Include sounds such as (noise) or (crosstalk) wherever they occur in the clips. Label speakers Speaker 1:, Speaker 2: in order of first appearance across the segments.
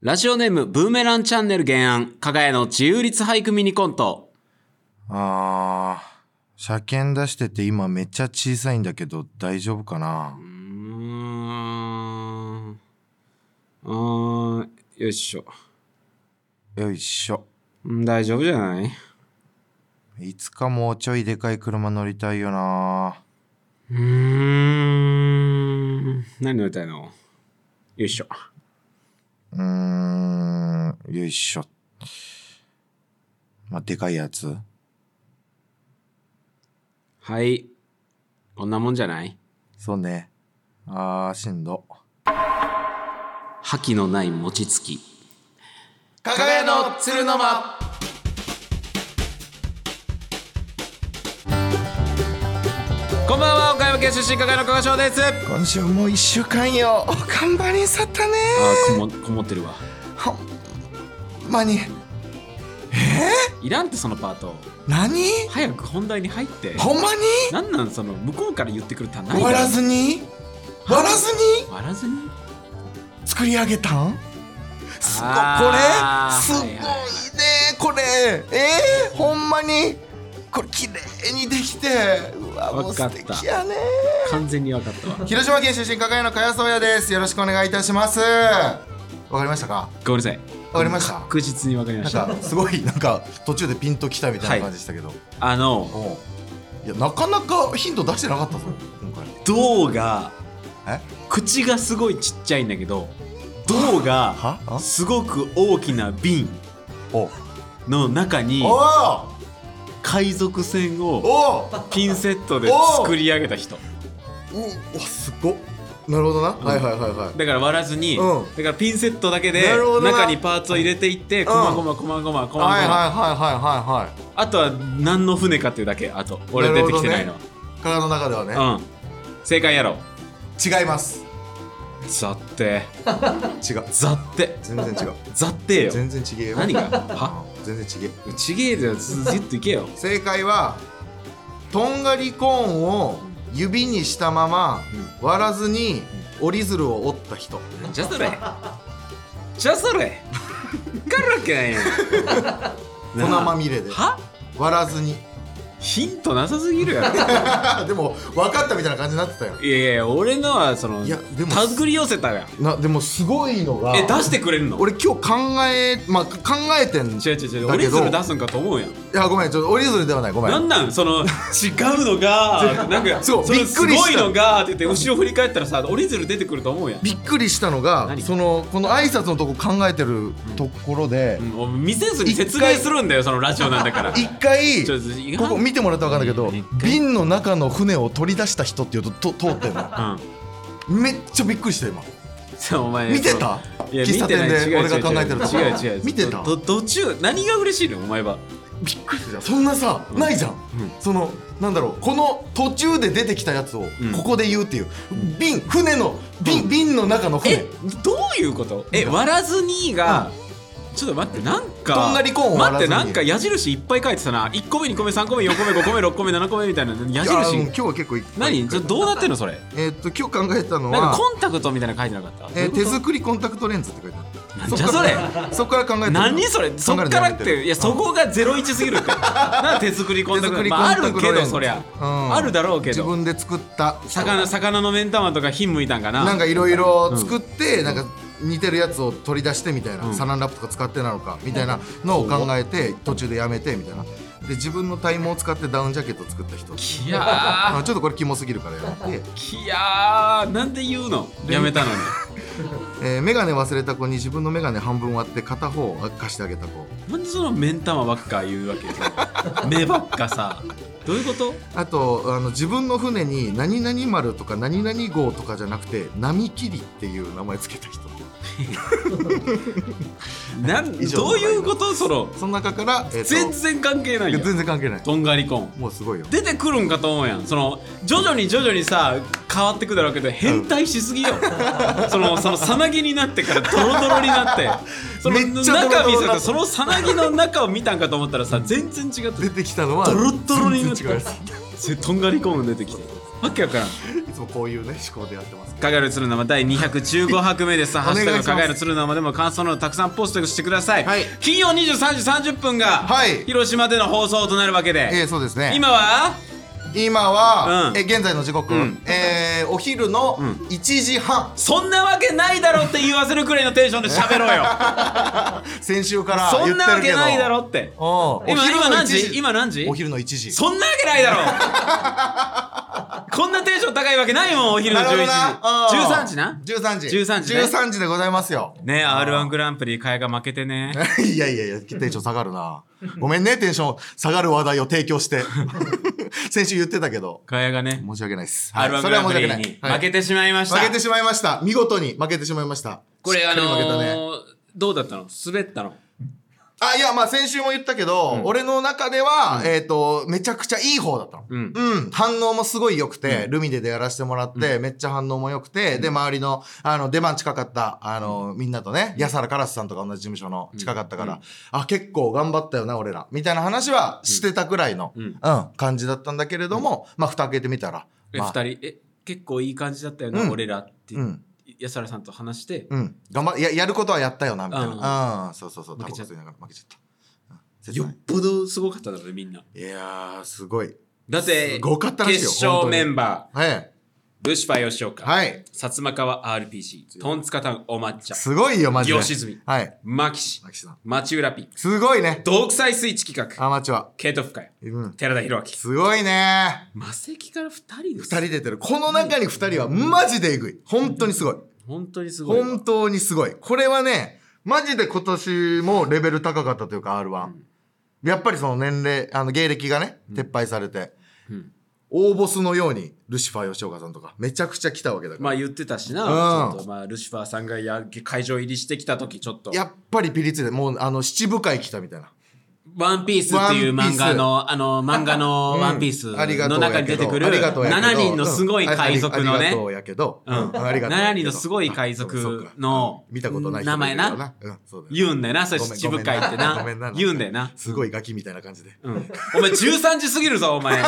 Speaker 1: ラジオネーム、ブーメランチャンネル原案、加賀屋の自由律俳句ミニコント。
Speaker 2: あー、車検出してて今めっちゃ小さいんだけど大丈夫かな
Speaker 1: うーん。うーん、よいしょ。
Speaker 2: よいしょ。
Speaker 1: うん大丈夫じゃない
Speaker 2: いつかもうちょいでかい車乗りたいよな
Speaker 1: うーん。何乗りたいのよいしょ。
Speaker 2: うーん、よいしょ。まあ、でかいやつ
Speaker 1: はい。こんなもんじゃない
Speaker 2: そうね。あー、しんど。
Speaker 1: 覇気のない餅つき。
Speaker 2: か
Speaker 1: 加賀屋の鶴の間こんばんは、岡山県出身加賀屋の加賀翔です。あ
Speaker 2: 今週もう一週間よ。頑張りんさったね
Speaker 1: ー、こも、こもってるわ。
Speaker 2: ほんまに。
Speaker 1: いらんってそのパート。
Speaker 2: 何
Speaker 1: 早く本題に入って。
Speaker 2: ほんまに
Speaker 1: なんなんその向こうから言ってくるたない
Speaker 2: 終わらずに終わらずに
Speaker 1: 割らずに
Speaker 2: 作り上げたんすごいこ
Speaker 1: あ
Speaker 2: れ
Speaker 1: ー
Speaker 2: すごいね
Speaker 1: はいはい
Speaker 2: これえー、ほんまにこれ綺麗にできてうわもう
Speaker 1: わか
Speaker 2: 素
Speaker 1: った
Speaker 2: 敵やね
Speaker 1: 完全に分かったわ
Speaker 2: 広島県出身加賀屋の加谷宗也ですよろしくお願いいたしますわかりましたか
Speaker 1: ごめんなさい
Speaker 2: わかりました
Speaker 1: 確実に分かりま
Speaker 2: なん
Speaker 1: した
Speaker 2: かすごいなんか途中でピンときたみたいな感じでしたけど、
Speaker 1: あの
Speaker 2: おういやなかなかヒント出してなかったぞ今回
Speaker 1: 銅が
Speaker 2: え
Speaker 1: 口がすごいちっちゃいんだけど銅が
Speaker 2: はあ
Speaker 1: すごく大きな瓶
Speaker 2: おう
Speaker 1: の中に
Speaker 2: お
Speaker 1: 海賊船
Speaker 2: う
Speaker 1: を
Speaker 2: おう
Speaker 1: ピンセットで
Speaker 2: お
Speaker 1: 作り上げた人
Speaker 2: うわすごっなるほどな、はいはいはいはい
Speaker 1: だから割らずに、
Speaker 2: うん
Speaker 1: だからピンセットだけで
Speaker 2: なるほどな
Speaker 1: 中にパーツを入れていってこまごまこまごまこま
Speaker 2: はいはい
Speaker 1: ごま
Speaker 2: はいはいはいはい
Speaker 1: あとは何の船かっていうだけあと俺出てきてないのは、
Speaker 2: 体の中ではね、
Speaker 1: うん正解やろ
Speaker 2: 違います
Speaker 1: ざって
Speaker 2: 違う
Speaker 1: ざって
Speaker 2: 全然違う
Speaker 1: ざってよ
Speaker 2: 全然違えよ
Speaker 1: 何が
Speaker 2: あ
Speaker 1: は
Speaker 2: 全然違え
Speaker 1: ちげえじゃずずっといけよ
Speaker 2: 正解はとんがりコーンを指にしたまま割らずに折り鶴を折った人
Speaker 1: なんじゃそれじゃそれ分かるわけないやん
Speaker 2: 粉まみれで
Speaker 1: は
Speaker 2: 割らずに (laughs)
Speaker 1: ヒントなさすぎるやろ
Speaker 2: でも分かったみたいな感じになってたよ
Speaker 1: いやいや俺のはその
Speaker 2: いやでも
Speaker 1: 手繰り寄せたやん
Speaker 2: なでもすごいのが
Speaker 1: え出してくれんの
Speaker 2: 俺今日考えまあ考えてん
Speaker 1: 違う違う違う
Speaker 2: だ
Speaker 1: 折
Speaker 2: け
Speaker 1: り
Speaker 2: ど
Speaker 1: 鶴出すんかと思うやん
Speaker 2: いやごめんちょっと折り鶴ではないごめん
Speaker 1: なんなんその違うの
Speaker 2: (laughs)
Speaker 1: がなんか
Speaker 2: そう
Speaker 1: れ
Speaker 2: びっくりした
Speaker 1: すごいのがって言って後ろ振り返ったらさ折り鶴出てくると思うやん
Speaker 2: びっくりしたのが
Speaker 1: 何
Speaker 2: そのこの挨拶のとこ考えてるところで
Speaker 1: うんお前見せずに説明するんだよそのラジオなんだから
Speaker 2: 一回
Speaker 1: ちょっといいか
Speaker 2: こ
Speaker 1: な
Speaker 2: こ見てもらったら分かるんだ
Speaker 1: 一
Speaker 2: けど
Speaker 1: 回
Speaker 2: 瓶の中の船を取り出した人っていうとと通ってんの
Speaker 1: うん
Speaker 2: めっちゃびっくりした今
Speaker 1: じゃあお前
Speaker 2: 見てた
Speaker 1: いや
Speaker 2: 喫茶店
Speaker 1: 見てない違
Speaker 2: で
Speaker 1: う
Speaker 2: 俺が考えてるとこ
Speaker 1: 違う違う違う
Speaker 2: 見てた
Speaker 1: どど途中何が嬉しいのお前は
Speaker 2: びっくりしたそんなさないじゃ
Speaker 1: う
Speaker 2: ん
Speaker 1: ん
Speaker 2: そのなんだろうこの途中で出てきたやつを
Speaker 1: ん
Speaker 2: ここで言うっていう瓶船の瓶瓶の中の
Speaker 1: え
Speaker 2: 船
Speaker 1: どういうことえ割らずにがちょっと待ってなんか
Speaker 2: とんがりコーンを
Speaker 1: 待
Speaker 2: 割
Speaker 1: っ
Speaker 2: らず
Speaker 1: て
Speaker 2: に
Speaker 1: なんか矢印いっぱい書いてたな1個目2個目3個目4個目5個目6個目7個目みたいな矢
Speaker 2: いやうん
Speaker 1: 印
Speaker 2: 今日は結構いっぱい
Speaker 1: 何ちょどうなってんのそれ
Speaker 2: えーっと今日考えたの
Speaker 1: なんか
Speaker 2: は
Speaker 1: コンタクトみたいなの書いてなかった
Speaker 2: えー
Speaker 1: どうい
Speaker 2: 手
Speaker 1: うこと
Speaker 2: 作りコンタクトレンズって書いてある
Speaker 1: なんじゃそれ
Speaker 2: そこから考えてる
Speaker 1: 何それそっからっ
Speaker 2: 考えるのやめ
Speaker 1: ていやそこがゼロ一すぎるって
Speaker 2: (laughs)
Speaker 1: なんか手作りコンタク
Speaker 2: 手作
Speaker 1: ト
Speaker 2: り
Speaker 1: まああ
Speaker 2: コンタ
Speaker 1: る
Speaker 2: クト
Speaker 1: け
Speaker 2: レン
Speaker 1: ど
Speaker 2: ズ
Speaker 1: そりゃ
Speaker 2: うん
Speaker 1: あるだろうけ
Speaker 2: 自
Speaker 1: ど
Speaker 2: 分で作った人
Speaker 1: 魚魚の目ん玉とか品むいたんかな
Speaker 2: なんかいろいろ作って、
Speaker 1: ん
Speaker 2: なんか似てるやつを取り出してみたいな、
Speaker 1: うん
Speaker 2: サランラップとか使ってなのかみたいなのを考えて途中でやめてみたいなで自分の体毛を使ってダウンジャケット作った人
Speaker 1: いや
Speaker 2: あちょっとこれキモすぎるからやめて、
Speaker 1: ーいやーなんで言うのやめたのに
Speaker 2: えー、眼鏡忘れた子に自分の眼鏡半分割って片方を貸してあげた子
Speaker 1: なんでその目ん玉ばっか言うわけよ (laughs) 目ばっかさどういうこと
Speaker 2: あとあの自分の船に何々丸とか何々号とかじゃなくて波切りっていう名前つけた人
Speaker 1: なん
Speaker 2: 以上
Speaker 1: どういうことその
Speaker 2: その中から、えーと
Speaker 1: 全然関係ない
Speaker 2: いや
Speaker 1: よ
Speaker 2: 全然関係ない
Speaker 1: とんがりコン
Speaker 2: もうすごいよ
Speaker 1: 出てくるんかと思うやんその徐々に徐々にさ変わってくだろうけど変態しすぎよ、 (laughs) そのそのさなぎになってからドロドロになってその
Speaker 2: めっちゃドロドロ
Speaker 1: 中見せ
Speaker 2: だ
Speaker 1: たそのさなぎの中を見たんかと思ったらさ全然違った
Speaker 2: 出てきたのは
Speaker 1: ドロッドロになっ
Speaker 2: 全然違うやつ
Speaker 1: てとんがりコーン出てきてわけわからん
Speaker 2: いつもこういうね思考でやってますけ
Speaker 1: かがる鶴生第215拍目ですさあ「ハ
Speaker 2: お
Speaker 1: ッシ
Speaker 2: 願
Speaker 1: ュ
Speaker 2: いし
Speaker 1: タ
Speaker 2: ま
Speaker 1: グか
Speaker 2: す
Speaker 1: がる鶴生」でも感想などたくさんポストしてください、
Speaker 2: はい
Speaker 1: 金曜23時30分が、
Speaker 2: はい
Speaker 1: 広島での放送となるわけで
Speaker 2: ど、えー、そうですね今
Speaker 1: 今は
Speaker 2: は、
Speaker 1: うん
Speaker 2: えー現在の時刻、
Speaker 1: うん
Speaker 2: えーお昼の
Speaker 1: ん
Speaker 2: 1時半、
Speaker 1: そんなわけないだろって言わせるくらいのテンションで喋ろ
Speaker 2: (laughs)
Speaker 1: うよ
Speaker 2: 先週から
Speaker 1: そ
Speaker 2: 言って
Speaker 1: ん
Speaker 2: るけど
Speaker 1: なわけないだろって
Speaker 2: お
Speaker 1: 今今何
Speaker 2: 1
Speaker 1: 時今何時
Speaker 2: お昼の1時
Speaker 1: そんなわけないだろこんなテンション高いわけないもんお昼の11時13時な
Speaker 2: 13時
Speaker 1: 13時ね
Speaker 2: 13時でございますよ
Speaker 1: ね r 1グランプリえが負けてね
Speaker 2: (laughs) いやいやいやテンション下がるなごめんねテンション下がる話題を提供して
Speaker 1: (laughs)
Speaker 2: 先週言ってたけど
Speaker 1: えがね
Speaker 2: 申し訳ないです、
Speaker 1: r 1
Speaker 2: そ
Speaker 1: グ
Speaker 2: れ
Speaker 1: ラ
Speaker 2: は
Speaker 1: ン
Speaker 2: 申
Speaker 1: プ
Speaker 2: し訳
Speaker 1: リ
Speaker 2: ない
Speaker 1: に
Speaker 2: はい
Speaker 1: 負けてしまいました、
Speaker 2: 負けてしまいました見事に負けてしまいました
Speaker 1: これ
Speaker 2: しっ
Speaker 1: あ
Speaker 2: かり
Speaker 1: の
Speaker 2: 負けたね
Speaker 1: ーどうだったの滑ったの
Speaker 2: あいやまあ先週も言ったけど、俺の中では、えっ、とめちゃくちゃいい方だったの
Speaker 1: うん
Speaker 2: うん、反応もすごい良くて、ルミネでやらせてもらって、めっちゃ反応も良くて、で、周りの、あの、出番近かった、あの、みんなとね、安原カラスさんとか同じ事務所の近かったから、あ、結構頑張ったよな、俺ら、みたいな話はしてたくらいの、
Speaker 1: う
Speaker 2: うんん、感じだったんだけれども、まあ、蓋開けてみたら、
Speaker 1: え、
Speaker 2: ま
Speaker 1: 2
Speaker 2: あ、
Speaker 1: 人え結構いい感じだったよな、
Speaker 2: うん
Speaker 1: 俺らって、
Speaker 2: うん
Speaker 1: 安原さんと話して、
Speaker 2: うん、頑張や、やることはやったよな、みたいな。うん、そうそうそう、
Speaker 1: 負
Speaker 2: タ
Speaker 1: け
Speaker 2: バ
Speaker 1: ち
Speaker 2: コ
Speaker 1: ゃった
Speaker 2: 吸いながら負けちゃった。うん切
Speaker 1: よ
Speaker 2: な
Speaker 1: っ
Speaker 2: い
Speaker 1: ぽどすごかっただろうねみんない
Speaker 2: やー、すごい。
Speaker 1: だって
Speaker 2: すごかったらしいよ
Speaker 1: 決勝
Speaker 2: 本当に
Speaker 1: メンバ
Speaker 2: はい。
Speaker 1: ールシファー吉岡、
Speaker 2: はい。
Speaker 1: 薩摩川 RPG トンツカタンお抹茶
Speaker 2: すごいよ、マジで。
Speaker 1: 吉住
Speaker 2: はい。
Speaker 1: マキシ
Speaker 2: マキシさん。
Speaker 1: 町浦ピ
Speaker 2: すごいね。
Speaker 1: 独裁スイッチ企画
Speaker 2: アマチュア。
Speaker 1: ケイトフカヤ
Speaker 2: うん。
Speaker 1: 寺田博明
Speaker 2: すごいね。
Speaker 1: マセキから2人で
Speaker 2: 二
Speaker 1: す
Speaker 2: 人出てる。この中に二人はマジでえぐい。本当にすごい。
Speaker 1: 本当にすごいわ
Speaker 2: 本当にすごい。これはね、マジで今年もレベル高かったというか R1。やっぱりその年齢、あの芸歴がね、撤廃されて、
Speaker 1: うん
Speaker 2: 大ボスのようにルシファー吉岡さんとかめちゃくちゃ来たわけだから。
Speaker 1: まあ言ってたしな、
Speaker 2: うん
Speaker 1: ちょっとまあルシファーさんがや会場入りしてきた時ちょっと
Speaker 2: やっぱりピリついて、もうあの七部会来たみたいな。
Speaker 1: ワンピースっていう漫画の、あの、漫画の
Speaker 2: うん
Speaker 1: ワンピース
Speaker 2: ありがと
Speaker 1: の
Speaker 2: うや
Speaker 1: 中
Speaker 2: け
Speaker 1: に
Speaker 2: ど
Speaker 1: 出てくる、
Speaker 2: ありがとうやけど
Speaker 1: 7人のすごい
Speaker 2: うん
Speaker 1: 海賊の
Speaker 2: ありあり
Speaker 1: ね
Speaker 2: がと、うやけど。
Speaker 1: うん
Speaker 2: ありがとうやけど
Speaker 1: 7人のすごい海賊
Speaker 2: そうか
Speaker 1: の
Speaker 2: うん見たことない人
Speaker 1: 名前な
Speaker 2: もいるからうんそうだよ
Speaker 1: 言うんだよな、それ
Speaker 2: ごめん
Speaker 1: 七部会ってな
Speaker 2: ごめんなごめんな
Speaker 1: 言うんだよな。
Speaker 2: すごいガキみたいな感じで。
Speaker 1: うん、お前13時過ぎるぞお
Speaker 2: (laughs)
Speaker 1: 前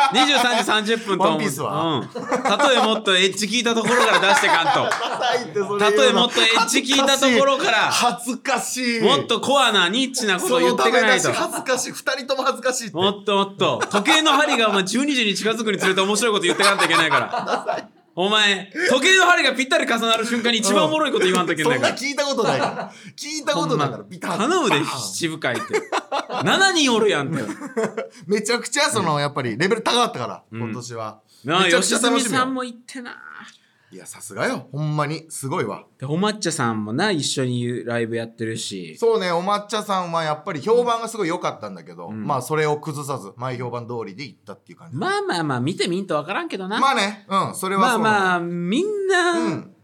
Speaker 1: 23時30分と
Speaker 2: ワンピースは
Speaker 1: うん、例えもっとエッジ聞いたところから出してか
Speaker 2: ダサいってそれ
Speaker 1: んと
Speaker 2: 言
Speaker 1: 例え
Speaker 2: うの
Speaker 1: もっとエッジ聞いたところから
Speaker 2: 恥ずかしい。
Speaker 1: もっとコアなニッチなこと
Speaker 2: そ
Speaker 1: を言
Speaker 2: の
Speaker 1: って
Speaker 2: た
Speaker 1: く
Speaker 2: め
Speaker 1: な
Speaker 2: だ
Speaker 1: い
Speaker 2: し
Speaker 1: と
Speaker 2: 恥ずかしい。二人とも恥ずかしいって。
Speaker 1: もっともっと時計の針がお前12時に近づくにつれて面白いこと言ってかんといけないからお前時計の針がぴったり重なる瞬間に一番おもろいこと言わんといけ
Speaker 2: そ
Speaker 1: ない
Speaker 2: んな
Speaker 1: から
Speaker 2: 聞いたことないから。聞いたことないから。ビタッ
Speaker 1: 頼む
Speaker 2: バ
Speaker 1: で
Speaker 2: ーン
Speaker 1: 七部会って7人おるやんって
Speaker 2: めちゃくちゃその、やっぱりレベル高かったから、今年は。
Speaker 1: なあ
Speaker 2: めちゃ
Speaker 1: 良
Speaker 2: くちゃ
Speaker 1: 純
Speaker 2: 楽しみよ
Speaker 1: さんも行ってない
Speaker 2: や、さすがよ。ほんまに。すごいわ。
Speaker 1: でお抹茶さんもな一緒にライブやってるし
Speaker 2: そうね、お抹茶さんはやっぱり評判がすごい良かったんだけど、まあそれを崩さず、前評判通りで行ったっていう感じ。
Speaker 1: まあまあまあ見てみんとわからんけどな
Speaker 2: ま
Speaker 1: ま
Speaker 2: あね、うん、それはそ
Speaker 1: あ
Speaker 2: う。
Speaker 1: まあみんな、
Speaker 2: うん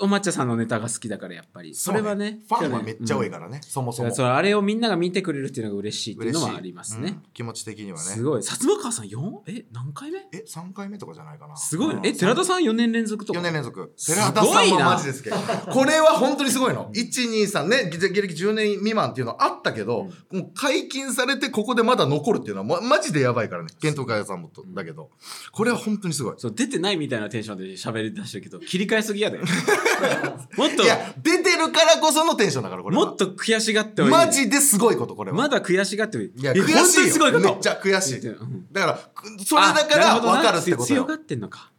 Speaker 1: お抹茶さんのネタが好きだからやっぱりそれはね
Speaker 2: ファンはめっちゃ多
Speaker 1: い、
Speaker 2: いからね、そもそ
Speaker 1: うん
Speaker 2: も。
Speaker 1: そうあれをみんなが見てくれるっていうのが嬉しいっていうのはありますね、
Speaker 2: うん気持ち的には
Speaker 1: す
Speaker 2: ね。
Speaker 1: ごい。薩摩川さん 4? え、何回目
Speaker 2: え、3回目とかじゃないかな。
Speaker 1: すごい。
Speaker 2: うん
Speaker 1: え、寺田さん4年連続とか
Speaker 2: 4年連続。
Speaker 1: すごいな
Speaker 2: 寺田さんもマジですけど。これは本当にすごいの。1、2、3ね、芸歴10年未満っていうのはあったけど、もう解禁されてここでまだ残るっていうのはま、マジでやばいからね。検討会さんもとだけど。これは本当にすごい。
Speaker 1: そう、出てないみたいなテンションで喋り出してるけど、切り替えすぎ
Speaker 2: (laughs)
Speaker 1: やで。もっと
Speaker 2: い、や、出てるからこそのテンションだから、これは。
Speaker 1: もっと悔しがってはいい
Speaker 2: マジですごいこと、これは。
Speaker 1: まだ悔しがってはいい。
Speaker 2: いや、
Speaker 1: え
Speaker 2: 悔しいよ。
Speaker 1: 本当にすごいこと。
Speaker 2: めっちゃ悔しい。
Speaker 1: うん
Speaker 2: だから、くそれだか
Speaker 1: あな
Speaker 2: ら
Speaker 1: ほどな
Speaker 2: 分かるってこと
Speaker 1: 強
Speaker 2: よ
Speaker 1: が。ってんのか。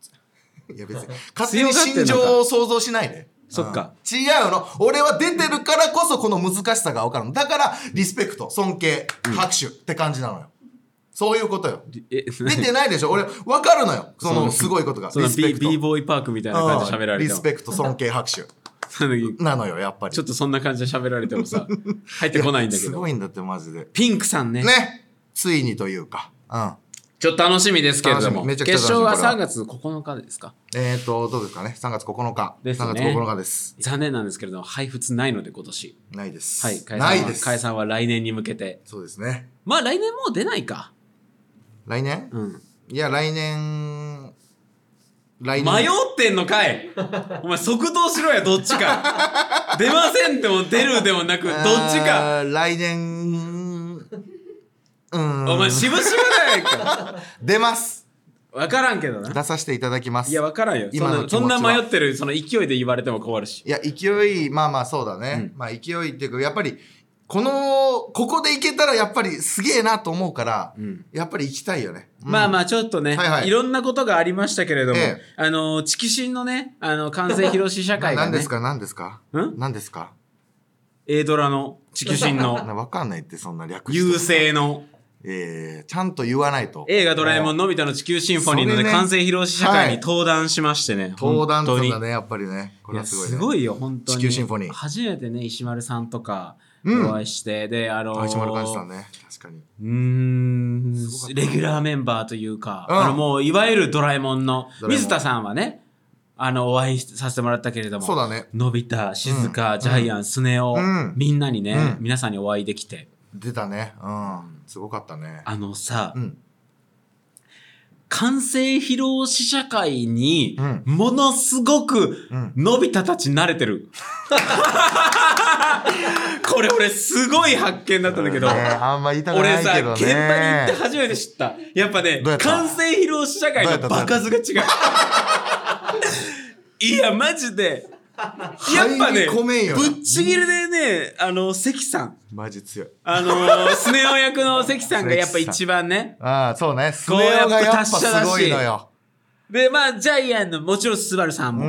Speaker 2: いや別に勝手に
Speaker 1: 強
Speaker 2: 心
Speaker 1: がってん
Speaker 2: 情
Speaker 1: の
Speaker 2: を想像しないで。
Speaker 1: そっか
Speaker 2: うん。違うの。俺は出てるからこそこの難しさが分かるの。だから、リスペクト、尊敬、拍手って感じなのよ。そういうことよ。
Speaker 1: え、
Speaker 2: 出てないでしょ。俺、分かるのよ。そ
Speaker 1: そ
Speaker 2: の
Speaker 1: う
Speaker 2: すごいことが。
Speaker 1: その
Speaker 2: リスペ
Speaker 1: B
Speaker 2: クト
Speaker 1: B ボーイパークみたいな感じで喋ら
Speaker 2: う
Speaker 1: れ
Speaker 2: んリ
Speaker 1: ても
Speaker 2: ス。ペクト、尊敬、拍手。
Speaker 1: その時
Speaker 2: なのよ、やっぱ
Speaker 1: (laughs)
Speaker 2: り。
Speaker 1: ちょっとそんな感じで喋られても
Speaker 2: (laughs)
Speaker 1: さ、入ってこないんだけ
Speaker 2: す
Speaker 1: ど。
Speaker 2: ごいんだって、マジで。
Speaker 1: ピンクさんね。
Speaker 2: ね。ついにというか。うん。
Speaker 1: ちょっと楽しみですけれど
Speaker 2: 楽し
Speaker 1: も。
Speaker 2: みめち
Speaker 1: 決
Speaker 2: ゃくちゃ楽しみ
Speaker 1: 勝は
Speaker 2: これは
Speaker 1: 3月9日ですか。
Speaker 2: えーと、どうですかね。3月9日。
Speaker 1: ですね
Speaker 2: 3月9日です。
Speaker 1: 残念なんですけれども、配布ないので今年。
Speaker 2: ないです。
Speaker 1: はい、解散は
Speaker 2: ないです。
Speaker 1: 解散は来年に向けて。
Speaker 2: そうですね。
Speaker 1: まあ来年もう出ないか。
Speaker 2: 来年
Speaker 1: うん。
Speaker 2: いや、来年、来年。
Speaker 1: 迷ってんのかいお前即答しろや、どっち
Speaker 2: (laughs)
Speaker 1: か。出ませんでも出るでもなく、どっちか。
Speaker 2: あー。来
Speaker 1: (laughs)
Speaker 2: 年、うん。 (laughs)
Speaker 1: お前、しぶしぶだよ。
Speaker 2: 出ます。
Speaker 1: 分からんけどな
Speaker 2: 出させていただきます
Speaker 1: いや分からんよ
Speaker 2: 今の
Speaker 1: そんなそん
Speaker 2: 気持ちは
Speaker 1: な迷ってるその勢いで言われても困るし
Speaker 2: いや勢いまあまあそうだね、まあ勢いっていうかやっぱりこのここでいけたらやっぱりすげえなと思うから、
Speaker 1: ん
Speaker 2: やっぱり行きたいよね、うん
Speaker 1: まあまあちょっとね、
Speaker 2: はい
Speaker 1: い
Speaker 2: はい
Speaker 1: ろんなことがありましたけれども、
Speaker 2: ええ
Speaker 1: あの、チキシンのね、あの、完成広し社会が
Speaker 2: な何で
Speaker 1: ね
Speaker 2: す、か何ですか
Speaker 1: ん
Speaker 2: 何ですか
Speaker 1: A ドラのチキシンの
Speaker 2: (laughs) なわかんないってそんな略して
Speaker 1: 優勢の
Speaker 2: えー、ちゃんと言わないと
Speaker 1: 映画ドラえもんのび太の地球シンフォニーの、
Speaker 2: そ
Speaker 1: ね
Speaker 2: れね
Speaker 1: 完成披露試写会に登壇しましてね。
Speaker 2: 登
Speaker 1: 本
Speaker 2: 壇と
Speaker 1: 当に
Speaker 2: だねやっぱりねこ
Speaker 1: い
Speaker 2: れは
Speaker 1: や
Speaker 2: すごい,、ね、
Speaker 1: すごいよ、本当に。
Speaker 2: 地球シンフォニー
Speaker 1: 初めてね、石丸さんとか
Speaker 2: うん
Speaker 1: お会いして、で、あのー、
Speaker 2: あ石丸幹事さんね確かに
Speaker 1: うーん
Speaker 2: ごかっ、た
Speaker 1: レギュラーメンバーというか、
Speaker 2: うん
Speaker 1: あの、もう、いわゆるドラえもんの
Speaker 2: ド、ラえもん
Speaker 1: 水田さんはね、あの、お会いさせてもらったけれども、
Speaker 2: そうだね
Speaker 1: のび太、静
Speaker 2: う
Speaker 1: 香、
Speaker 2: ん
Speaker 1: ジャイアン、スネ夫、
Speaker 2: うん
Speaker 1: みんなにね、
Speaker 2: うん
Speaker 1: 皆さんにお会いできて、
Speaker 2: 出たねうんすごかったね
Speaker 1: あのさ、
Speaker 2: うん
Speaker 1: 完成披露試写会に
Speaker 2: うん、
Speaker 1: ものすごく
Speaker 2: うん、
Speaker 1: のび太たち慣れて
Speaker 2: (laughs)
Speaker 1: る。これ俺すごい発見だったんだけど、
Speaker 2: ねあんま言いたくな
Speaker 1: 俺
Speaker 2: い
Speaker 1: さ、
Speaker 2: けどね
Speaker 1: 現場に行って初めて知った。やっぱね
Speaker 2: どうやっ、た
Speaker 1: 完成披露試写会の場数が違う。いや、マジで。やっぱね、
Speaker 2: 入り込めんよな
Speaker 1: ぶっちぎりでね、あの、関さん。
Speaker 2: マジ強い
Speaker 1: あのー、スネ夫役の関さんがやっぱ一番ね。
Speaker 2: ああそうねスネ
Speaker 1: こう
Speaker 2: 夫がやっ
Speaker 1: や
Speaker 2: ぱ
Speaker 1: っぱ達
Speaker 2: す
Speaker 1: 者だし
Speaker 2: ごいのよ
Speaker 1: で、まあ、ジャイアンの、もちろんスバルさん
Speaker 2: う
Speaker 1: も。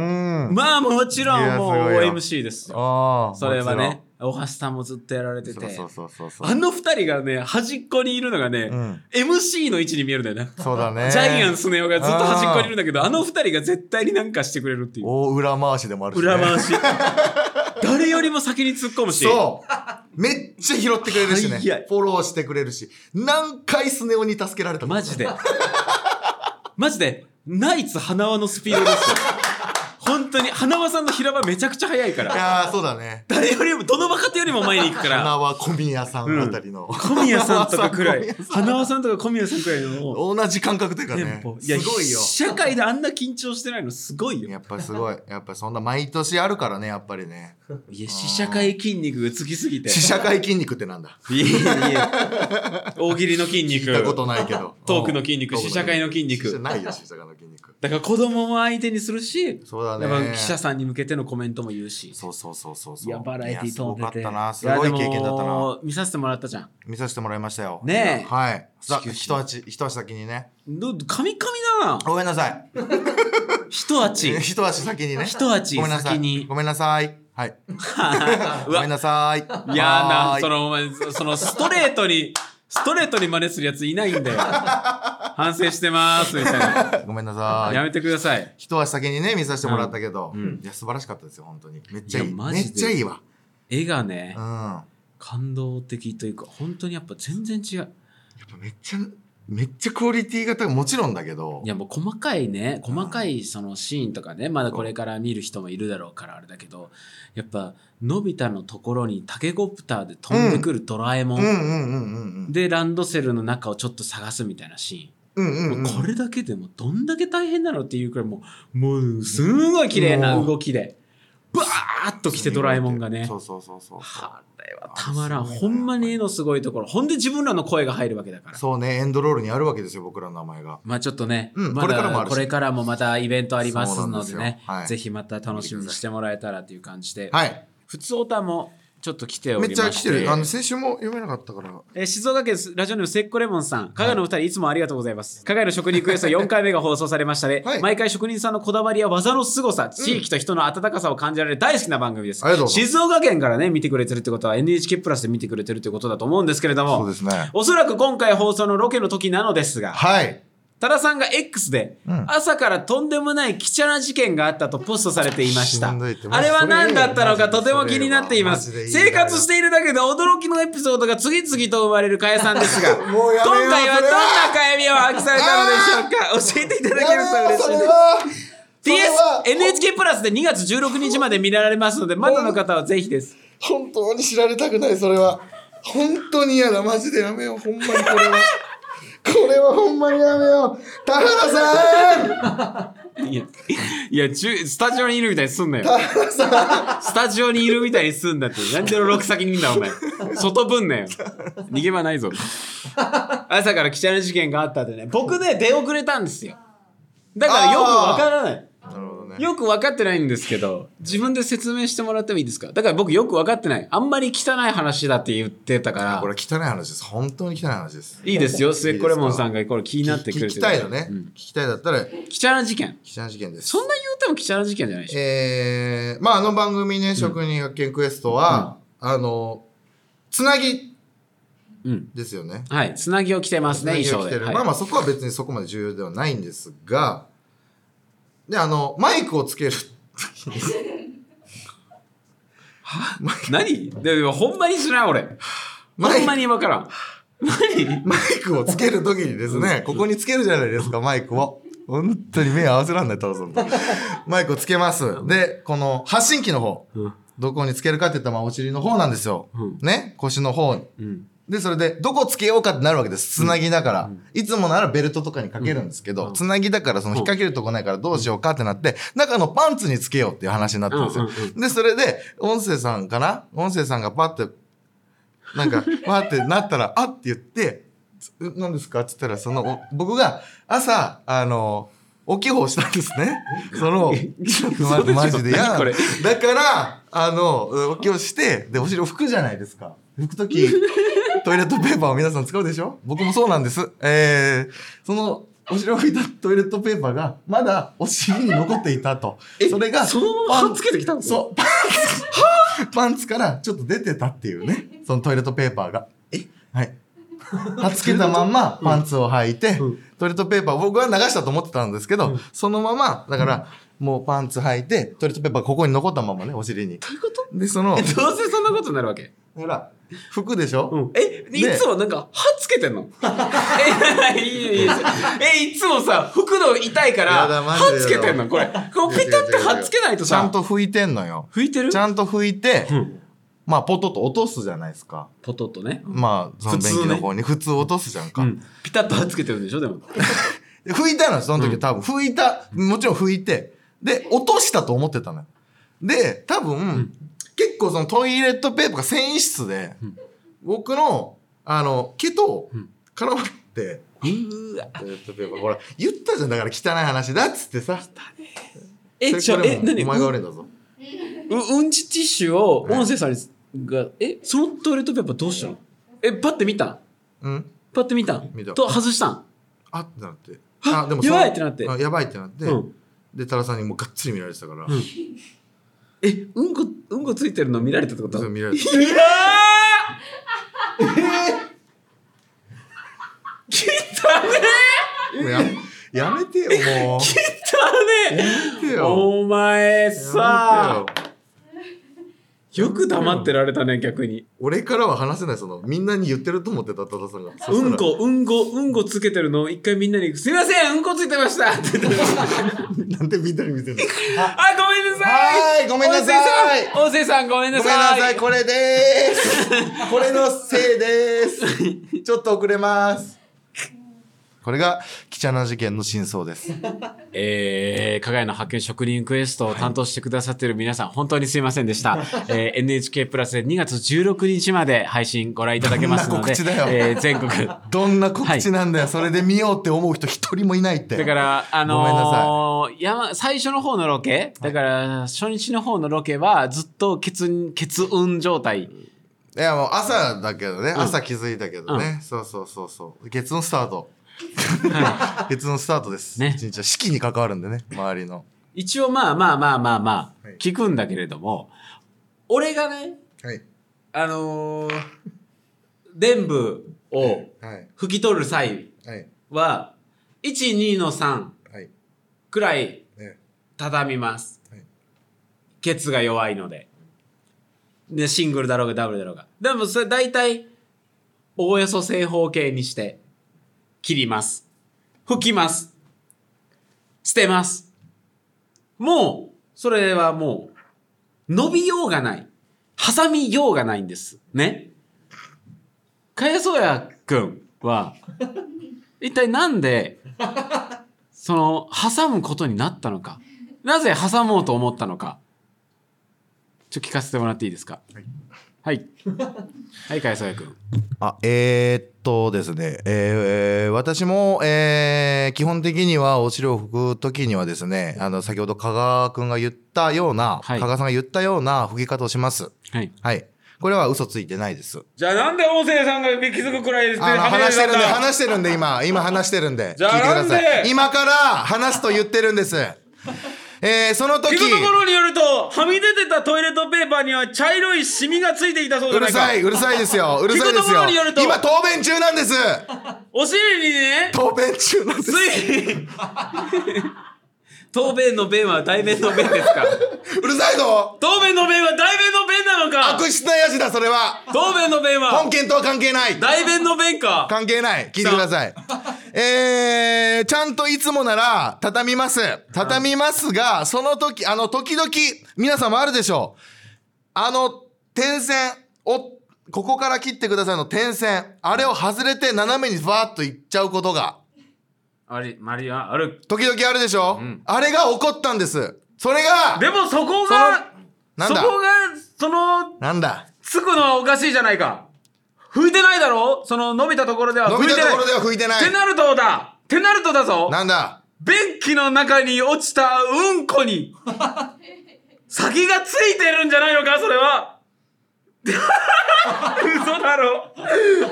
Speaker 2: ん
Speaker 1: まあ、もちろ
Speaker 2: い
Speaker 1: ん
Speaker 2: や
Speaker 1: もう
Speaker 2: すごいよ
Speaker 1: OMC ですよ。
Speaker 2: ああ
Speaker 1: それはね、大橋さんもずっとやられて
Speaker 2: そう
Speaker 1: て
Speaker 2: そ。うそうそうそう
Speaker 1: あの二人がね、端っこにいるのがね
Speaker 2: う、ん
Speaker 1: MC の位置に見えるんだよね。
Speaker 2: そうだね
Speaker 1: ジャイアンスネ夫がずっと端っこにいるんだけど、あの二人が絶対になんかしてくれるっていう。
Speaker 2: 大裏回しでもあるし、ね、
Speaker 1: 裏回
Speaker 2: (laughs)
Speaker 1: し。誰よりも先に突っ込むし。
Speaker 2: そうめっちゃ拾ってくれるしね
Speaker 1: 早い
Speaker 2: フォローしてくれるし何回スネ夫に助けられたことか
Speaker 1: マジで。マジで、ナイツ花輪のスピードですよ。本当に、花輪さんの平場めちゃくちゃ速いか
Speaker 2: い
Speaker 1: ら。
Speaker 2: やーそうだね
Speaker 1: 誰よりも、どの若手よりも前に行くから。
Speaker 2: 花は小宮さんあたりの、
Speaker 1: 小宮さんとかくら
Speaker 2: 花
Speaker 1: い
Speaker 2: 輪。
Speaker 1: 花輪さんとか小宮さんくらいの
Speaker 2: 同じ感覚というか
Speaker 1: テ
Speaker 2: ね
Speaker 1: ンポ。
Speaker 2: すごいよ
Speaker 1: 社会であんな緊張してないのすごいよ。
Speaker 2: やっぱすごいやっぱそんな毎年あるからねやっぱりね
Speaker 1: いや、試写会筋肉がつきすぎて。
Speaker 2: 試写会筋肉ってなんだ
Speaker 1: いえいえいえ。大喜利の筋肉
Speaker 2: 聞いたことないけど
Speaker 1: トークの筋肉
Speaker 2: うん
Speaker 1: 試写会の筋肉
Speaker 2: トークの筋ないよ試写会の筋肉
Speaker 1: だから子供も相手にするし、
Speaker 2: そうだ
Speaker 1: やっぱ
Speaker 2: ね
Speaker 1: 記者さんに向けてのコメントも言うし。
Speaker 2: そうそうそうそうそう
Speaker 1: いや、バラエティー飛んでて。
Speaker 2: いやすごかったなすごい経験だった
Speaker 1: いやで
Speaker 2: な
Speaker 1: も見させてもらったじゃん。
Speaker 2: 見させてもらいましたよ
Speaker 1: ねえ
Speaker 2: はいさ
Speaker 1: 始球式
Speaker 2: 一足一足先にね
Speaker 1: ど、カミカミだな。
Speaker 2: ごめんなさい
Speaker 1: 一味。
Speaker 2: 一足先にね
Speaker 1: 一味
Speaker 2: ごめんなさ
Speaker 1: 先
Speaker 2: い
Speaker 1: に
Speaker 2: ご。めんなさいはいう
Speaker 1: (laughs)
Speaker 2: ごめ
Speaker 1: わ
Speaker 2: ん、なさい
Speaker 1: いやな、そ
Speaker 2: の
Speaker 1: の、お前、そのストレートに、ストレートに真似するやついないん
Speaker 2: (laughs)
Speaker 1: だよ。反省してます、みたいな。
Speaker 2: ごめんなさ
Speaker 1: や
Speaker 2: い
Speaker 1: めてください。
Speaker 2: 一足先にね見させてもらったけど
Speaker 1: うんうん
Speaker 2: いや素晴らしかったですよ本当にめっちゃい
Speaker 1: い
Speaker 2: い
Speaker 1: や
Speaker 2: め
Speaker 1: マジで
Speaker 2: っちゃいいわ
Speaker 1: 絵が
Speaker 2: う
Speaker 1: ね
Speaker 2: ん、や
Speaker 1: 感動的というか、本当にやっぱ全然違う。
Speaker 2: っぱめっちゃめっちゃクオリティが高いもちろんだけど
Speaker 1: いやもう細かいね細かいそのシーンとかねまだこれから見る人もいるだろうからあれだけどやっぱのび太のところにタケコプターで飛んでくるドラえも
Speaker 2: うん
Speaker 1: ん、
Speaker 2: うんうんうん
Speaker 1: でランドセルの中をちょっと探すみたいなシ
Speaker 2: うんうん
Speaker 1: ーン、
Speaker 2: うんうん
Speaker 1: もうこれだけでもどんだけ大変なのっていうくらいもうもうすごい綺麗な動きでバーッと来てドラえもんがね
Speaker 2: そうそうそうそう
Speaker 1: あれはたまらん
Speaker 2: すごいな
Speaker 1: ほんまに絵のすごいところほんで自分らの声が入るわけだから
Speaker 2: そうねエンドロールにあるわけですよ僕らの名前が
Speaker 1: まあちょっとね、
Speaker 2: うん
Speaker 1: ま
Speaker 2: これ
Speaker 1: だ
Speaker 2: からもあるし
Speaker 1: これからもまたイベントありますので
Speaker 2: そうなんで
Speaker 1: ね
Speaker 2: すよはい
Speaker 1: ぜひまた楽しみにしてもらえたらという感じで、
Speaker 2: はい
Speaker 1: 普通オタもちょっと来てお
Speaker 2: め
Speaker 1: り
Speaker 2: っ
Speaker 1: ま
Speaker 2: ち
Speaker 1: して
Speaker 2: ゃ来てるあの先週も読めなかったから
Speaker 1: えー静岡県ラジオネームセッコレモンさん、加賀のお二人、いつもありがとうございます。加賀の食肉クエス (laughs) ト4回目が放送されましたで、
Speaker 2: はい
Speaker 1: 毎回職人さんのこだわりや技の凄さ、地域と人の温かさを感じられる大好きな番組です。
Speaker 2: ありがとうございま
Speaker 1: 静岡県からね、見てくれてるってことは NHK プラスで見てくれてるってことだと思うんですけれど
Speaker 2: そ
Speaker 1: も
Speaker 2: うで、すね
Speaker 1: おそらく今回放送のロケの時なのですが、
Speaker 2: はい
Speaker 1: 多田さんが X で、
Speaker 2: うん
Speaker 1: 朝からとんでもない貴重な事件があったとポストされていました。
Speaker 2: しんどいって
Speaker 1: あれは何だったのか
Speaker 2: マジ
Speaker 1: と
Speaker 2: で
Speaker 1: ても気になっていま。
Speaker 2: マジですいい
Speaker 1: 生活しているだけで驚きのエピソードが次々と生まれるかやさんですが、今
Speaker 2: (laughs) もう
Speaker 1: 回
Speaker 2: やめよう
Speaker 1: は
Speaker 2: そ
Speaker 1: どん
Speaker 2: れは
Speaker 1: なかやみを発揮されたのでしょうか教えていただけると嬉しいです。PS、NHK プラスで2月16日まで見られますので、まだの方はぜひです。
Speaker 2: 本当に知られたくないそれは本当に嫌だマジでやめようほんまにこれは (laughs) これはほんまにやめよう田原さん
Speaker 1: いや、いや、ちゅスタジオにいるみたいにすんなよ。スタジオにいるみたいにすんなって。なんでロク先にいんだ、お前。外ぶんなよ。逃げ場ないぞ。朝から記者の事件があったんでね、僕ね、出遅れたんですよ。だからよくわからない。
Speaker 2: なるほどね。
Speaker 1: よく分かってないんですけど、自分で説明してもらってもいいですかだから僕よく分かってない。あんまり汚い話だって言ってたから
Speaker 2: こ、れ汚い話です。本当に汚い話です。
Speaker 1: いいですよ、
Speaker 2: い
Speaker 1: 末
Speaker 2: いですか
Speaker 1: っ子レモンさんがこれ気になってくれて
Speaker 2: 聞
Speaker 1: る
Speaker 2: きたいのね、
Speaker 1: うん
Speaker 2: 聞きたいだったら、
Speaker 1: 汚な事件。
Speaker 2: 記者事件です。
Speaker 1: そんな言うても汚な事件じゃないでしょ。
Speaker 2: えー、まああの番組ね、職人発見クエストは、あの、つなぎ
Speaker 1: うん。
Speaker 2: ですよね。
Speaker 1: はい。つなぎを着てますね、衣装
Speaker 2: つなぎ
Speaker 1: で。
Speaker 2: を着てる
Speaker 1: はい
Speaker 2: まあまあそこは別にそこまで重要ではないんですが、で、あの、マイクをつける。 (laughs)
Speaker 1: 何でもほんまに知らん、俺。
Speaker 2: マ
Speaker 1: ほんま
Speaker 2: イ
Speaker 1: に分からん。
Speaker 2: マイクをつける時にですね、ここにつけるじゃないですか、マイクを。本当に目合わせらんない、太郎さ
Speaker 1: (laughs)
Speaker 2: んと。マイクをつけます。で、この発信機の方、
Speaker 1: うん
Speaker 2: どこにつけるかって言ったら、まあお尻の方なんですよ。
Speaker 1: うん
Speaker 2: ね、腰の方に。
Speaker 1: うん。
Speaker 2: で、それで、どこつけようかってなるわけです。つなぎだから。いつもならベルトとかにかけるんですけど、
Speaker 1: うん
Speaker 2: つなぎだから、その引っ掛けるとこないからどうしようかってなって、中のパンツにつけようっていう話になったんですよ
Speaker 1: うんうん。
Speaker 2: で、それで、音声さんかな音声さんがパッて、な
Speaker 1: (laughs)
Speaker 2: んか、パってなったら、あって言って、つ何ですかって言ったら、その、お僕が朝、あの、大きい方をしたんですね。その、
Speaker 1: (laughs)
Speaker 2: ちょっと待ってマジで嫌な
Speaker 1: こ
Speaker 2: の
Speaker 1: れ
Speaker 2: だから、あの、お経をして、で、お尻を拭くじゃないですか。拭く
Speaker 1: (laughs)
Speaker 2: とき、トイレットペーパーを皆さん使うでしょ僕もそうなんです。えー、その、お尻を拭いたトイレットペーパーが、まだお尻に残っていたと。それが、
Speaker 1: そのまま
Speaker 2: パ
Speaker 1: 貼
Speaker 2: ン
Speaker 1: っつけてきたの
Speaker 2: そう、パンツ、 (laughs) パンツからちょっと出てたっていうね。そのトイレットペーパーが。えはい。はっつけたまんまパンツを履いて、
Speaker 1: うん
Speaker 2: トイレットペーパー僕は流したと思ってたんですけど、そのままだから、もうパンツ履いてトイレットペーパーがここに残ったままねお尻に
Speaker 1: どういうこと
Speaker 2: でその
Speaker 1: え、どうせそんなことになるわけ
Speaker 2: ほら服でしょ、
Speaker 1: え、い
Speaker 2: で
Speaker 1: つもなんか、歯つけてんのえ、いいよいいよえ、いつもさ、服の痛いから、
Speaker 2: やだマジでや
Speaker 1: 歯
Speaker 2: だ
Speaker 1: つけてんのこれ。こう、ペタって歯つけないと
Speaker 2: ちゃ
Speaker 1: さ
Speaker 2: ん、と拭いてんのよ
Speaker 1: 拭いてる
Speaker 2: ちゃんと拭いて、
Speaker 1: うん
Speaker 2: まあポトッと落とすじゃないですか
Speaker 1: ポトッとね。
Speaker 2: まあその
Speaker 1: 普通
Speaker 2: 便
Speaker 1: ね
Speaker 2: 器の方に普通落とすじゃんか、
Speaker 1: うん。ピタッと歯つけてるんでしょでも。
Speaker 2: で拭いたのよその時多分拭いたもちろん拭いてで落としたと思ってたのよで多分、結構そのトイレットペーパーが繊維質で、
Speaker 1: うん
Speaker 2: 僕のあの毛と
Speaker 1: うん
Speaker 2: 絡まって、
Speaker 1: うーわ。
Speaker 2: トイレットペーパーほら言ったじゃんだから汚い話だっつってさ
Speaker 1: え、
Speaker 2: それ
Speaker 1: じゃあ
Speaker 2: これ
Speaker 1: え、
Speaker 2: も
Speaker 1: 何
Speaker 2: お前が悪いんだぞ
Speaker 1: ううんちティッシュを
Speaker 2: うん
Speaker 1: 音声さんにが、え、そのトイレットペーパーどうしたのえ、パッて見た
Speaker 2: うん
Speaker 1: パッて見た
Speaker 2: 見た
Speaker 1: と外したん
Speaker 2: あってなって
Speaker 1: あ
Speaker 2: あでも
Speaker 1: やばい
Speaker 2: その
Speaker 1: ってなって
Speaker 2: あやばいってなって、
Speaker 1: うん
Speaker 2: で多良さんにもうがっつり見られてたから、
Speaker 1: んえ、うんこ、うんこついてるの見られたってこと
Speaker 2: そう見られて
Speaker 1: いやー (laughs) きたね
Speaker 2: もうややめてよもう
Speaker 1: きたね
Speaker 2: やめてよ
Speaker 1: お前
Speaker 2: や
Speaker 1: さ
Speaker 2: めてよ
Speaker 1: よく黙ってられたね逆に
Speaker 2: 俺からは話せないそのみんなに言ってると思ってた多田さんがそした
Speaker 1: う
Speaker 2: ら
Speaker 1: んこうんこうんこつけてるのを一回みんなに「すいませんうんこついてました」って言ったら
Speaker 2: なんでみんなに見せるの
Speaker 1: あ、ごめんなさい。
Speaker 2: はーいごめんなさい
Speaker 1: 音声さん、音声さんごめんな
Speaker 2: ごめん
Speaker 1: さ。
Speaker 2: ないさいこれでーすこれのせい (laughs) ですちょっと遅れますこれがキチャな事件の真相です
Speaker 1: えー、加賀谷の発見職人クエストを担当してくださっている皆さん、本当にすいませんで (laughs) した。えー、NHK プラスで2月16日まで配信ご覧いただけますので、 (laughs)
Speaker 2: どんな告知だよ
Speaker 1: えー全国。だ
Speaker 2: どんな告知なんだよ、それで見ようって思う人一人もいないって
Speaker 1: から、あ
Speaker 2: ごめんな
Speaker 1: のー、山、最初の方のロケ、だから、初日の方のロケは、ずっと血、血運状態。
Speaker 2: いやもう朝だけどね、朝気づいたけどね、そうそうそうそう月のスタート月のスタートです、
Speaker 1: ね
Speaker 2: 一日は式に関わるんでね周りの
Speaker 1: 一応、まあまあまあまあまあ
Speaker 2: はい、
Speaker 1: 聞くんだけれども、俺がね、
Speaker 2: はい
Speaker 1: あのー、伝部を
Speaker 2: はい
Speaker 1: 拭き取る際
Speaker 2: はい
Speaker 1: は、1、2の3
Speaker 2: はい
Speaker 1: くらい
Speaker 2: ね
Speaker 1: 畳みます
Speaker 2: はい。
Speaker 1: ケツが弱いので。で、シングルだろうがダブルだろうが。でもそれ大体、おおよそ正方形にして、切ります。拭きます。捨てます。もう、それはもう、伸びようがない。挟みようがないんです。ね。かやそうやくん
Speaker 2: (laughs)
Speaker 1: は、一体なんで、その、挟むことになったのか。なぜ挟もうと思ったのか。ちょっと聞かせてもらっていいですか。はい。はい。はい、かやさやくん。
Speaker 2: あえーっとですね、えーえー私も、えー基本的にはお尻を拭く時にはですねあの先ほど加賀君が言ったような、
Speaker 1: はい
Speaker 2: 加賀さんが言ったような拭き方をします
Speaker 1: はい。
Speaker 2: はいこれは嘘ついてないです
Speaker 3: じゃあなんで音声さんが気づくくらいで
Speaker 2: あの話してるんで
Speaker 3: 話
Speaker 2: 話してるんで今今話してるんで
Speaker 3: じゃあ
Speaker 2: 聞いてくだ
Speaker 3: な
Speaker 2: さ
Speaker 3: んで
Speaker 2: い今から話すと言ってるんですえーその時
Speaker 3: 聞くところによるとはみ出てたトイレットペーパーには茶色いシミがついていたそうじ
Speaker 2: う
Speaker 3: ゃな
Speaker 2: る
Speaker 3: いか
Speaker 2: さいうるさいですようるさいで
Speaker 3: 聞くとこ
Speaker 2: すよ
Speaker 3: ろによると
Speaker 2: 今答弁中なんです
Speaker 3: お尻にね
Speaker 2: 答弁中なんです
Speaker 1: つ
Speaker 2: (laughs)
Speaker 1: い答弁の弁は大弁の弁ですか
Speaker 2: うるさいぞ
Speaker 3: 答弁の弁は大弁の弁なのか
Speaker 2: 悪質なやつだそれは
Speaker 1: 答弁の弁は
Speaker 2: (laughs) 本件とは関係ない
Speaker 1: 大弁の弁か
Speaker 2: 関係ない聞いてくだ
Speaker 3: (laughs)
Speaker 2: さいえー、ちゃんといつもなら畳みます畳みますがその時あの時々皆さんもあるでしょうあの点線をここから切ってくださいの点線あれを外れて斜めにバーッといっちゃうことが
Speaker 1: あれマリアある
Speaker 2: 時々あるでしょ、あれが起こったんですそれが
Speaker 3: でもそこが
Speaker 2: なん
Speaker 3: そ
Speaker 2: だ
Speaker 3: こがその
Speaker 2: なんだ
Speaker 3: つくのはおかしいじゃないか拭いてないだろその伸びたところでは
Speaker 2: 伸
Speaker 3: 拭
Speaker 2: び
Speaker 3: いて
Speaker 2: たと
Speaker 3: ない
Speaker 2: ころでは拭いてない
Speaker 3: てなるとだてなるとだぞ
Speaker 2: なんだ
Speaker 3: 便器の中に落ちたうんこに先がついてるんじゃないのかそれは嘘だろ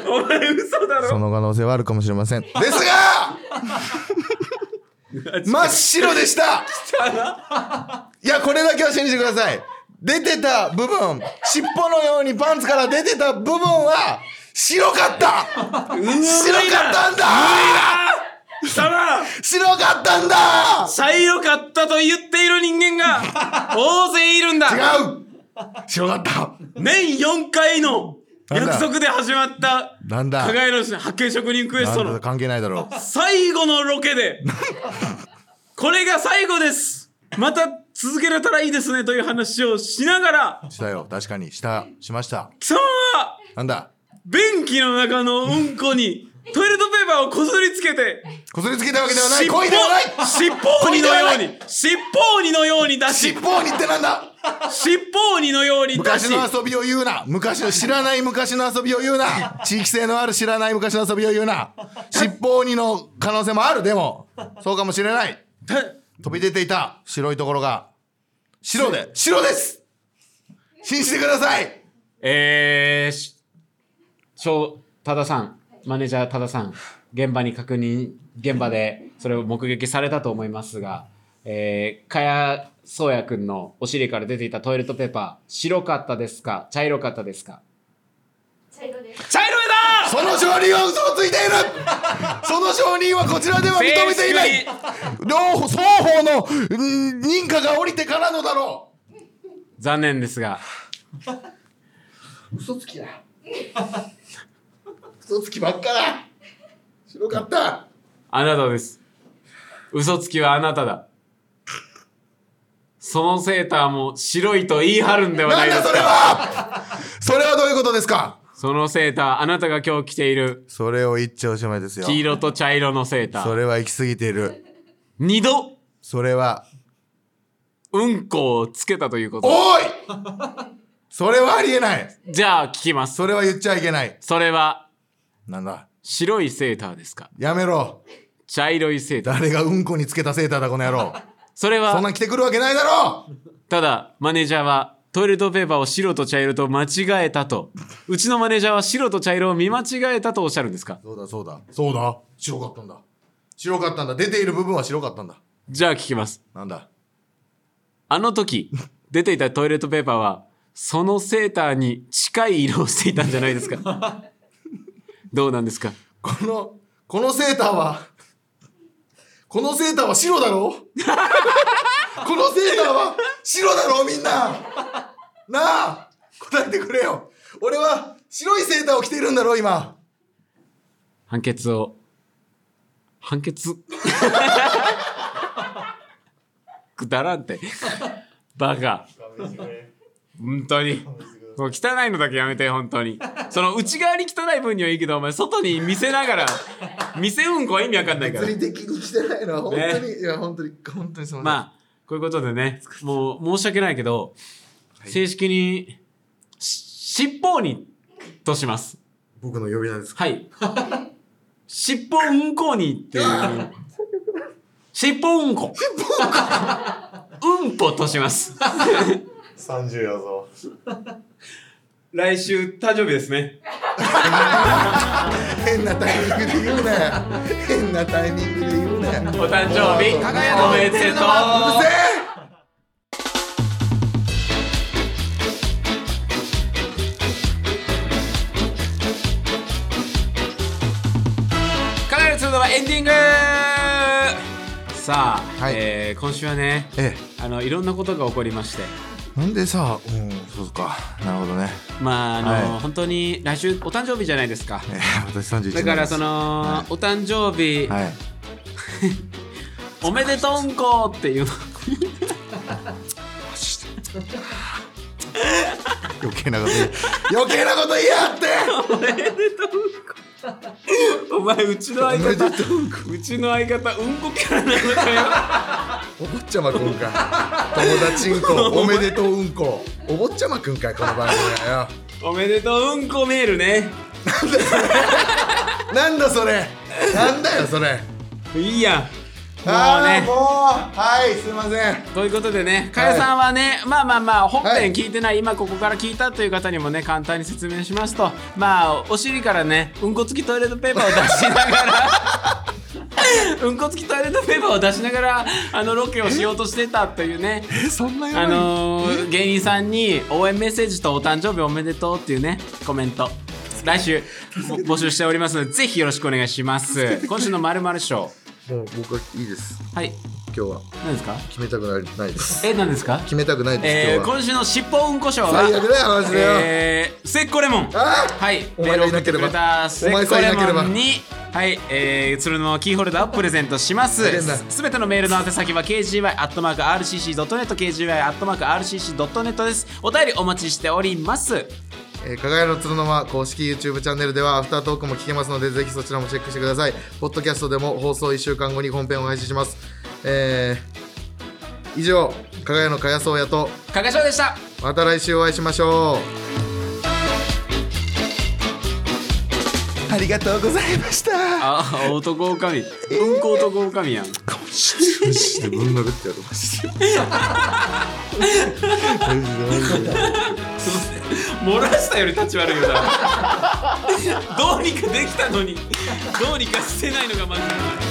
Speaker 3: お前嘘
Speaker 2: (laughs)
Speaker 3: だ
Speaker 2: そ
Speaker 3: ろ
Speaker 2: の可能性はあるかもしれません。 (laughs) で
Speaker 3: (laughs)
Speaker 2: すが真っ白でしたいや、これだけは信じてください。出てた部分、尻尾のようにパンツから出てた部分は、白かった白かったんだ
Speaker 3: 貴様
Speaker 2: 白かったんだ
Speaker 3: 茶色かったと言っている人間が大勢いるんだ
Speaker 2: 違う白かった
Speaker 3: 年4回の
Speaker 2: なんだ
Speaker 3: 約束で始まった
Speaker 2: なんだ
Speaker 3: 輝の発見職人クエスト
Speaker 2: なんだ
Speaker 3: の
Speaker 2: 関係ないだろ
Speaker 3: 最後のロケ
Speaker 2: (laughs)
Speaker 3: でこれが最後ですまた続けられたらいいですねという話をしながら
Speaker 2: う。したよ、確かに。した、しました。
Speaker 3: 貴様は
Speaker 2: なんだ
Speaker 3: 便器の中のうんこ
Speaker 2: (laughs)
Speaker 3: にトイレットペーパーをこすりつけて
Speaker 2: こすりつけたわけではない
Speaker 3: 尻尾
Speaker 2: 恋ではない
Speaker 3: 尻尾鬼のように尻尾鬼のように出し
Speaker 2: 尻尾にってなんだ
Speaker 3: 尻尾鬼のように出
Speaker 2: (laughs) 昔
Speaker 3: し
Speaker 2: の遊びを言うな昔の知らない昔の遊びを言うな地域性のある知らない昔の遊びを言うな尻尾鬼の可能性もあるでもそうかもしれない飛び出ていた白いところが白で白です信じてください
Speaker 1: えー、し、しょう、多田さん、マネージャー多田さん、現場に確認、現場でそれを目撃されたと思いますが、えー、かやそうやくんのお尻から出ていたトイレットペーパー、白かったですか茶色かったですか
Speaker 4: 茶色です。
Speaker 3: 茶色い
Speaker 2: その証人は嘘をついているその証人はこちらでは認めていない両方双方のうん認可が下りてからのだろう
Speaker 1: 残念ですが、
Speaker 2: 嘘つきだ (laughs) 嘘つきばっかだ白かった
Speaker 1: あなたです。嘘つきはあなただ。そのセーターも白いと言い張るんでは
Speaker 2: な
Speaker 1: なんいで
Speaker 2: だ
Speaker 1: す
Speaker 2: それ
Speaker 1: か。
Speaker 2: は (laughs) それはどういうことですか
Speaker 1: そのセーター、あなたが今日着ている
Speaker 2: それを一丁おしまいですよ
Speaker 1: 黄色と茶色のセータ
Speaker 2: そ
Speaker 1: ー。
Speaker 2: れは行き過ぎている
Speaker 1: 二度、
Speaker 2: それは
Speaker 1: うんこをつけたということ。
Speaker 2: おい (laughs) それはありえない
Speaker 1: じゃあ聞きます。
Speaker 2: それは言っちゃいけない
Speaker 1: それは
Speaker 2: なんだ
Speaker 1: 白いセーターですか
Speaker 2: やめろ
Speaker 1: 茶色いセーター。
Speaker 2: 誰がうんこにつけたセーターだこの野郎
Speaker 1: (laughs) それ
Speaker 2: そん
Speaker 1: は
Speaker 2: なん着てくるわけないだろ
Speaker 1: ただマネージャーはトイレットペーパーを白と茶色と間違えたと。うちのマネージャーは白と茶色を見間違えたとおっしゃるんですか
Speaker 2: そうだそうだそうだ白かったんだ白かったんだ出ている部分は白かったんだ
Speaker 1: じゃあ聞きます。
Speaker 2: なんだ
Speaker 1: あの時出ていたトイレットペーパーはそのセーターに近い色をしていたんじゃないですか
Speaker 2: (laughs)
Speaker 1: どうなんですか
Speaker 2: このこのセーターはこのセーターは白だ (laughs) ろこのセーターは白だろみんななあ答えてくれよ俺は白いセーターを着ているんだろ今
Speaker 1: 判決を判決くだらんてバカ本当にもう汚いのだけやめて本当にその内側に汚い分にはいいけどお前外に見せながら見せうんこは意味わかんないから
Speaker 2: 的に着てないのは本
Speaker 1: 当
Speaker 2: に、いや本当に本当にその
Speaker 1: まあこういうことでねもう申し訳ないけど、正式にし尻尾にとします。
Speaker 2: 僕の呼び名ですか
Speaker 1: はい。尻尾うんこにっていう。尻尾うんこ。うんぽとします。
Speaker 2: ?30 やぞ。
Speaker 3: 来週誕生日ですね
Speaker 2: 変なタイミングで言うね。変なタイミングで言うね。う
Speaker 1: お
Speaker 2: る
Speaker 1: 誕生日、
Speaker 2: 輝
Speaker 1: おめでとう。
Speaker 2: せえ
Speaker 1: カナル2のはエンディングさあ、
Speaker 2: はい
Speaker 1: えー今週はね
Speaker 2: え
Speaker 1: あのいろんなことが起こりまして
Speaker 2: え、なんでさ、うん、そうか。なるほどね。
Speaker 1: まああの、
Speaker 2: はい
Speaker 1: 本当に来週お誕生日じゃないですか
Speaker 2: ええ、私31
Speaker 1: だからそ、の、
Speaker 2: はい
Speaker 1: お誕生日、
Speaker 2: はい。
Speaker 1: おめでとうんこっていう
Speaker 2: 余計なこと言え。余計なこと言いやって
Speaker 1: (laughs) お前うちの相
Speaker 2: おめで
Speaker 1: 方
Speaker 2: とう
Speaker 1: うちの相方うんこキャラなのかよ
Speaker 2: お坊ちゃまくんか友達うん (laughs) こおめでとううんこお坊ちゃまくんかいこの番組は
Speaker 1: おめでとううんこメールね
Speaker 2: よなんだそれなんだよそれ
Speaker 1: いいやんもう
Speaker 2: あ
Speaker 1: ね
Speaker 2: ーもうはいすいません
Speaker 1: ということでね、かやさんはね、まあまあまあ、本編聞いてない、今ここから聞いたという方にもね、簡単に説明しますと、まあ、お尻からね、うんこ付きトイレットペーパーを出しなが (laughs) ら、うんこ付きトイレットペーパーを出しながら、あの、ロケをしようとしてたというね、
Speaker 2: えそんな
Speaker 1: あのー芸人さんに応援メッセージとお誕生日おめでとうっていうね、コメント。来週も募集しておりますので、ぜひよろしくお願いし (laughs) ます。今週のまるまる賞。
Speaker 2: もう僕はいいです
Speaker 1: はい、
Speaker 2: 今日は
Speaker 1: 何ですか
Speaker 2: 決めたくなないです
Speaker 1: え、何ですか
Speaker 2: 決めたくないです、
Speaker 1: えー、
Speaker 2: 今日は
Speaker 1: 今週の尻尾うんこ賞は
Speaker 2: 最悪だよマジでよ、
Speaker 1: えー、セッコレモン
Speaker 2: あー
Speaker 1: はい
Speaker 2: お前がいなければ
Speaker 1: メールを送ってくれたセッコレモンにはい、えー、鶴のキーホルダーをプレゼントします
Speaker 2: ありがとうございます
Speaker 1: すべてのメールの宛先は kgy.rcc.net kgy.rcc.net ですお便りお待ちしております
Speaker 2: えー、かがやのつるの間公式 YouTube チャンネルではアフタートークも聞けますのでぜひそちらもチェックしてくださいポッドキャストでも放送1週間後に本編を配信しますえー、以上かがやのかやそうやと
Speaker 1: 加賀翔でした
Speaker 2: また来週お会いしましょうありがとうございました
Speaker 1: あー男狼うんこ男狼やん
Speaker 2: マジでぶん殴ってやるマジでマジでマジで
Speaker 1: (laughs) 漏らしたより立ち悪いよなどうにかできたのにどうにかしてないのがマジで